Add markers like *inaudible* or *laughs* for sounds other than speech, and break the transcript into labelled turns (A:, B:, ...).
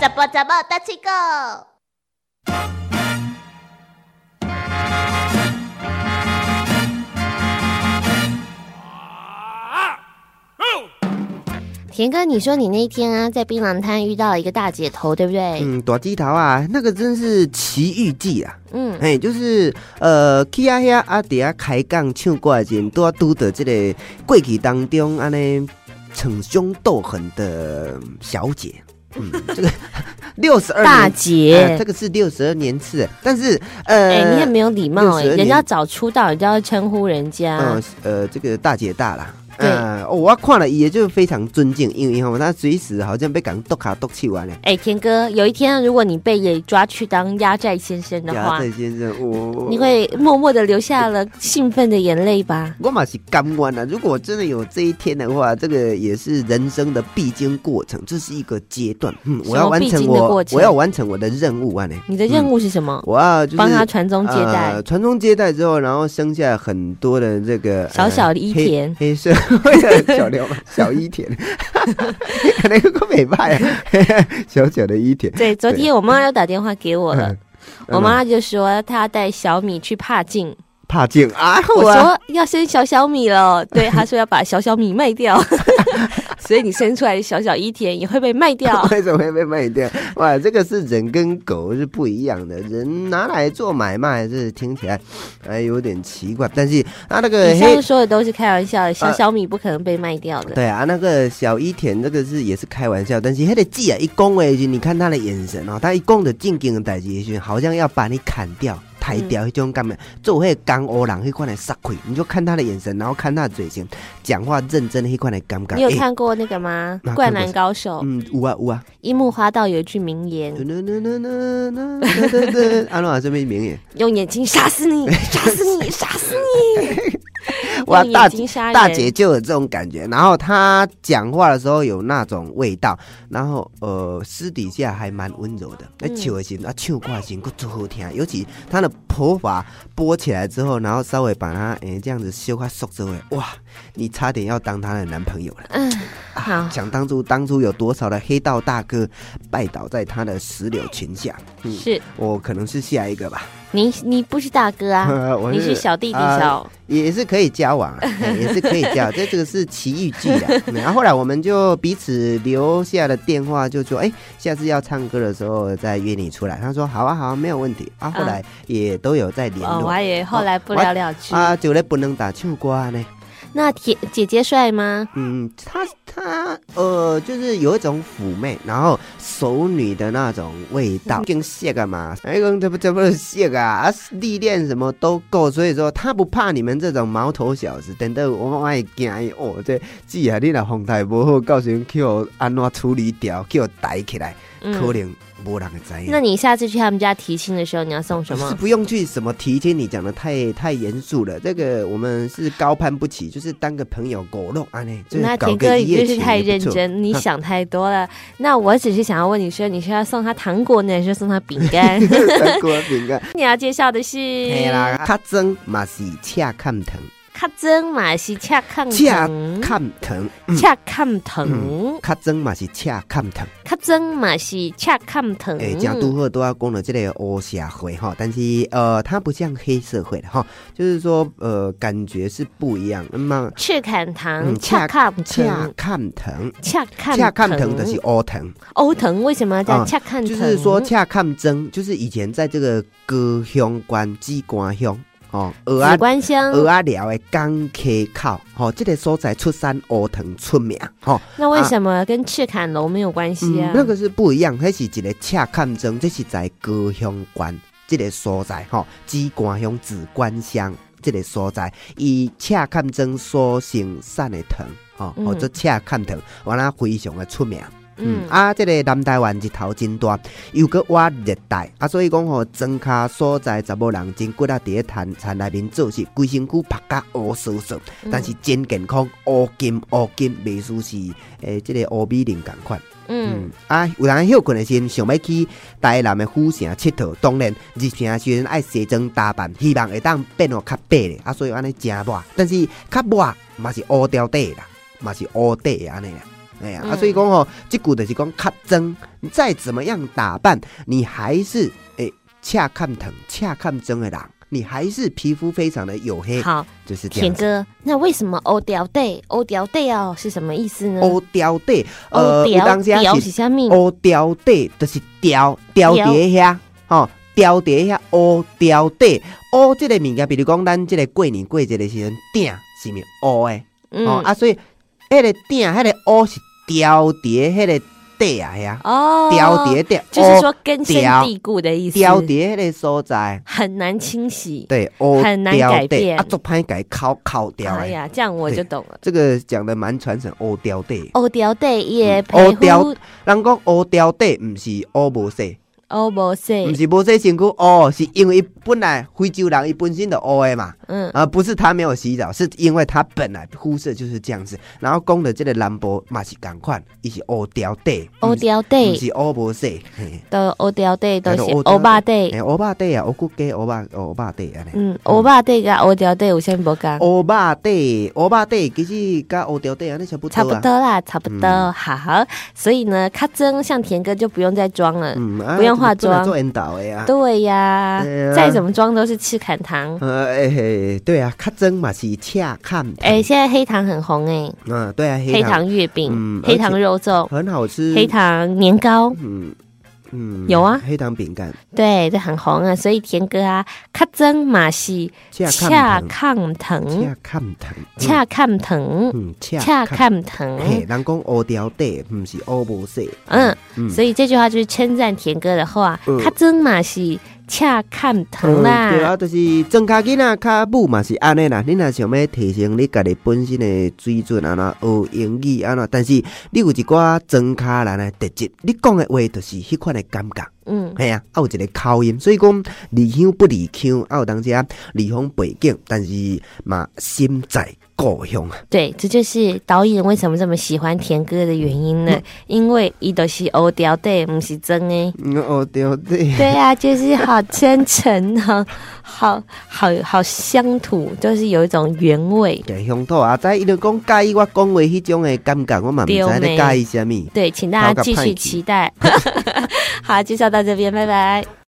A: 十八十八打七个。田哥，你说你那天啊，在槟榔摊遇到了一个大姐头，对不对？
B: 嗯，躲鸡头啊，那个真是奇遇记啊！
A: 嗯，
B: 哎、就是呃，去啊遐啊，伫遐开讲唱歌的时阵，拄啊拄到这个过去当中安尼逞凶斗狠的小姐。
A: *laughs*
B: 嗯，这个 *laughs* 六十二
A: 大
B: 年
A: 姐
B: 啊，这，个是六十二年次，但是呃，
A: 哎、你很没有礼貌哎、
B: 62
A: 人
B: 年
A: 家早出道，人家要称呼人家。
B: 嗯呃，这个大姐大啦。
A: 啊对
B: 呃哦，我看了也就非常尊敬，因为吼，他随时好像被人剁卡啊剁气完了。
A: 哎、田哥，有一天如果你被抓去当压寨先生的话，
B: 这先生，我
A: 你会默默的流下了兴奋的眼泪吧？
B: 我嘛是甘愿啊！如果真的有这一天的话，这个也是人生的必经过程，这是一个阶段。嗯，
A: 什么
B: 我要完
A: 必
B: 成
A: 经的过
B: 我
A: 程
B: 我要完成我的任务啊！呢，
A: 你的任
B: 务、
A: 务是什么？
B: 我要就是
A: 帮他传宗接代。
B: 呃传宗接代之后，然后生下很多的这个呃
A: 小小的伊田
B: 黑黑社会的小流氓小伊田，可能有个美败啊， *laughs* 小小的伊田。
A: 对，昨天我妈要打电话给我
B: 嗯
A: 了，我妈就说她要带小米去帕
B: *laughs*
A: 境，
B: 怕镜啊，
A: 我
B: 啊
A: 说要生小小米了，对，她说要把小小米卖掉， *laughs* 所以你生出来的小小伊田也会被卖掉
B: *laughs* 。为什么会被卖掉？哇，这个是人跟狗是不一样的，人拿来做买卖是听起来哎有点奇怪，但是啊那个
A: 以上
B: 黑。
A: 说的都是开玩笑
B: 啊
A: 的，小小米不可能被卖掉的。
B: 对啊，那个小伊田这个是也是开玩笑，但是他的记啊一攻为时候，你看他的眼神哦，他一攻的进京的代志的时候，好像要把你砍掉、抬掉那种感觉，做迄江欧人那款的杀气，你就看他的眼神，然后看他的嘴型，讲话认真的那款的感觉。
A: 你有
B: 哎
A: 看过那个吗？
B: 那看过
A: 灌篮高手》
B: 嗯，有啊有啊。 *laughs*
A: 樱木花道有一句名言
B: 噔：噔噔噔噔噔噔噔，安诺啊这边名言。
A: 用眼睛杀死
B: *laughs*
A: 你，杀死你，杀死你！
B: 哇
A: 用
B: 大
A: 眼睛杀人
B: 大姐就有这种感觉，然后她讲话的时候有那种味道，然后呃私底下还蛮温柔的，那
A: 嗯
B: 唱的心啊唱歌的心够足好听，尤其她的头发拨起来之后，然后稍微把它诶、这样子修开缩着尾，哇，你差点要当她的男朋友了。
A: 嗯，好，
B: 想当初当初有多少的黑道大哥拜倒在她的石榴裙下，嗯，
A: 是
B: 我可能是下一个吧，
A: 你，你不是大哥啊，
B: *laughs* 我
A: 你是小弟弟
B: 啊
A: 小，
B: 也是可以交往
A: *laughs*
B: 啊，哎也是可以交往，这这个是奇遇记啊。嗯然后后来我们就彼此留下了电话，就说，哎，下次要唱歌的时候再约你出来。他说，好啊，好啊，没有问题啊。后来也都有在联
A: 哦，我
B: 络。
A: 还以为后来不了了之。
B: 啊，就咧不能打唱歌啊呢，
A: 那铁姐姐帅吗？
B: 嗯，他他呃，就是有一种妩媚，然后熟女的那种味
A: 嗯
B: 道，更谢干嘛？哎，讲这不这不是谢啊，啊，历练什么都够，所以说他不怕你们这种毛头小子。等到我我也惊伊哦，这姐啊，你若风态不好，到时候去我安怎处理掉，去我逮起来，可
A: 嗯，
B: 能无人会知影。
A: 那你下次去他们家提亲的时候，你要送什
B: 是
A: 么？
B: 不用去什么提亲，你讲的太太严肃了。这个我们是高攀不起，就是当个朋友狗肉啊，呢，就
A: *laughs*
B: 是
A: 那
B: 搞
A: 田
B: 个
A: 哥，
B: 一
A: 你
B: 夜
A: 真
B: 情
A: 是太
B: 也
A: 认
B: 不错
A: 真，你想太多了。那我只是想要问你说，你是要送他糖果呢，还是送他饼
B: *laughs*
A: 干？ *laughs*
B: 三锅饼干。
A: 你要介绍的是，
B: 嘿啦，较真嘛是赤坎藤，
A: 卡真马西恰抗
B: 赤
A: 藤，
B: 坎嗯藤，
A: 恰抗藤，
B: 较真嘛是赤坎藤。
A: 卡真马西恰抗藤。
B: 诶，讲拄哎好都要讲了这个黑社会哈，但是呃，它不像黑社会的哈，就是说呃，感觉是不一样。那么
A: 赤坎糖，
B: 嗯
A: 恰抗
B: 赤
A: 藤，
B: 坎藤，
A: 恰抗
B: 赤坎藤的是黑藤。
A: 欧藤，为什么要叫恰抗藤？
B: 就是说，恰看争，就是以前在这个高雄关、鸡冠乡哦，鹅
A: 紫
B: 啊
A: 关香。
B: 鹅啊寮的港溪口，吼、哦，这个所在出产乌藤出名，吼、哦
A: 那为什么跟赤坎楼没有关系啊？
B: 嗯那个是不一样，那是一个恰看争，这是在高雄关这个所在，吼、鸡冠乡、紫冠乡这个所在，以恰看争所生产的藤，吼、哦，
A: 嗯
B: 或者恰看藤，完了非常的出名。嗯
A: 嗯，
B: 啊，这个南台湾日头真大，又个我热带啊，所以讲吼、庄卡所在查某人真骨力伫咧田田内面做事，规身躯白甲乌飕飕，但是真健康，乌金乌金，袂输是诶，即、个乌美人共款。
A: 嗯
B: 嗯，啊，有人休困的时候，想要去台南的府城佚佗，当然日城的时阵爱西装打扮，希望会当变得较白咧，啊，所以安尼真抹，但是较抹嘛是乌条底啦，嘛是乌底安尼啦。哎呀，
A: 嗯
B: 啊，所以讲吼，这句就是讲较真，你再怎么样打扮，你还是哎恰看疼、恰看真的人，你还是皮肤非常的黝黑，
A: 好，
B: 就是哎这
A: 田
B: 样子。
A: 哥，那为什么欧雕 day 欧雕 day 哦是什么意思呢？
B: 乌雕底，呃，有当时
A: 雕是
B: 是哦
A: 啥物？
B: 乌雕底，就是雕雕
A: 嗯雕
B: 碟遐，吼、雕碟遐乌雕底，乌这个物件，比如讲咱这个过年过节的时阵，鼎是毋是乌的？哦
A: 嗯，
B: 啊，所以迄个鼎，迄个乌是雕碟，迄个底啊遐，
A: 哦
B: 雕碟底，
A: 就是
B: 乌
A: 说根深
B: 雕
A: 蒂固的意思，
B: 雕碟迄个所在，
A: 很难清洗。
B: 对，乌
A: 很难
B: 雕
A: 改
B: 底，
A: 变
B: 啊，做歹改烤烤掉
A: 哎
B: 的。
A: 呀，这样我就懂了。
B: 这个讲的蛮传神，乌雕底，
A: 欧雕 day 也
B: 嗯乌
A: 皮
B: 雕
A: 肤
B: 人讲乌雕底，毋是乌无色。
A: 欧哦无色，
B: 不是无洗身躯哦，是因为伊本来非洲人伊本身就黑的嘛，
A: 嗯，
B: 啊、不是他没有洗澡，是因为他本来肤色就是这样子。然后讲的这个兰博嘛是共款，伊是黑掉底，
A: 欧雕
B: 不
A: day
B: 是黑无洗，嘿
A: 的欧雕 day 都
B: 哎
A: 是
B: 就黑
A: 欧巴
B: 嘿
A: day，
B: 黑肉底啊，黑骨鸡，黑肉黑肉底安尼。
A: 嗯，欧巴 day 跟欧雕 day 有啥无共？
B: 黑肉底，黑肉底其实甲黑掉底安尼差不多
A: 差不
B: 啊。
A: 多啦，差不
B: 嗯
A: 多，好。所以呢，咔真像田哥就不用再装了。
B: 嗯，啊
A: 不用化妆
B: 做引导的呀、啊。
A: 对呀
B: 对，啊
A: 再怎么装都是赤坎糖。
B: 呃，哎、嘿，对啊，较真嘛是赤看。
A: 哎，现在黑糖很红哎，
B: 嗯，对啊，
A: 黑糖月饼
B: 嗯、
A: 黑糖肉粽、
B: 很好吃，
A: 黑糖年糕，
B: 嗯，嗯，
A: 有啊
B: 黑糖饼干，
A: 对，这很红啊。所以田哥啊，咔真马西
B: 恰
A: 恰
B: 看糖，
A: 抗疼，
B: 恰
A: 恰抗
B: 看糖，
A: 疼，
B: 嗯，恰
A: 恰
B: 看。
A: 抗
B: 嘿，
A: 疼。
B: 人讲乌条底，毋是乌无色。
A: 嗯，
B: 嗯
A: 所以这句话就是称赞田哥的话
B: 嗯，
A: 咔真马西恰抗疼
B: 嗯对
A: 啦。
B: 啊，就是增加囡仔较母嘛是安尼啦。你若想要提升你家己本身的水准，安那学英语安那，但是你有一寡增加人的特质，你讲的话就是迄款的感觉。
A: 嗯，
B: 系啊，啊有一个口音，所以讲离乡不离腔，啊有当时啊离乡背景，但是嘛心在故乡。啊
A: 对，这就是导演为什么这么喜欢田哥的原因呢？因为伊都是欧雕对，不是真诶。
B: 嗯，哦对对，
A: 对啊，就是好真诚啊， *laughs* 好好好乡土，就是有一种原味。
B: 家乡土啊，知伊就讲介意我讲话迄种的感觉，我嘛毋知
A: 对呢
B: 咧介意啥物。
A: *laughs* 对，请大家继续期待。好，介绍到这边，拜拜。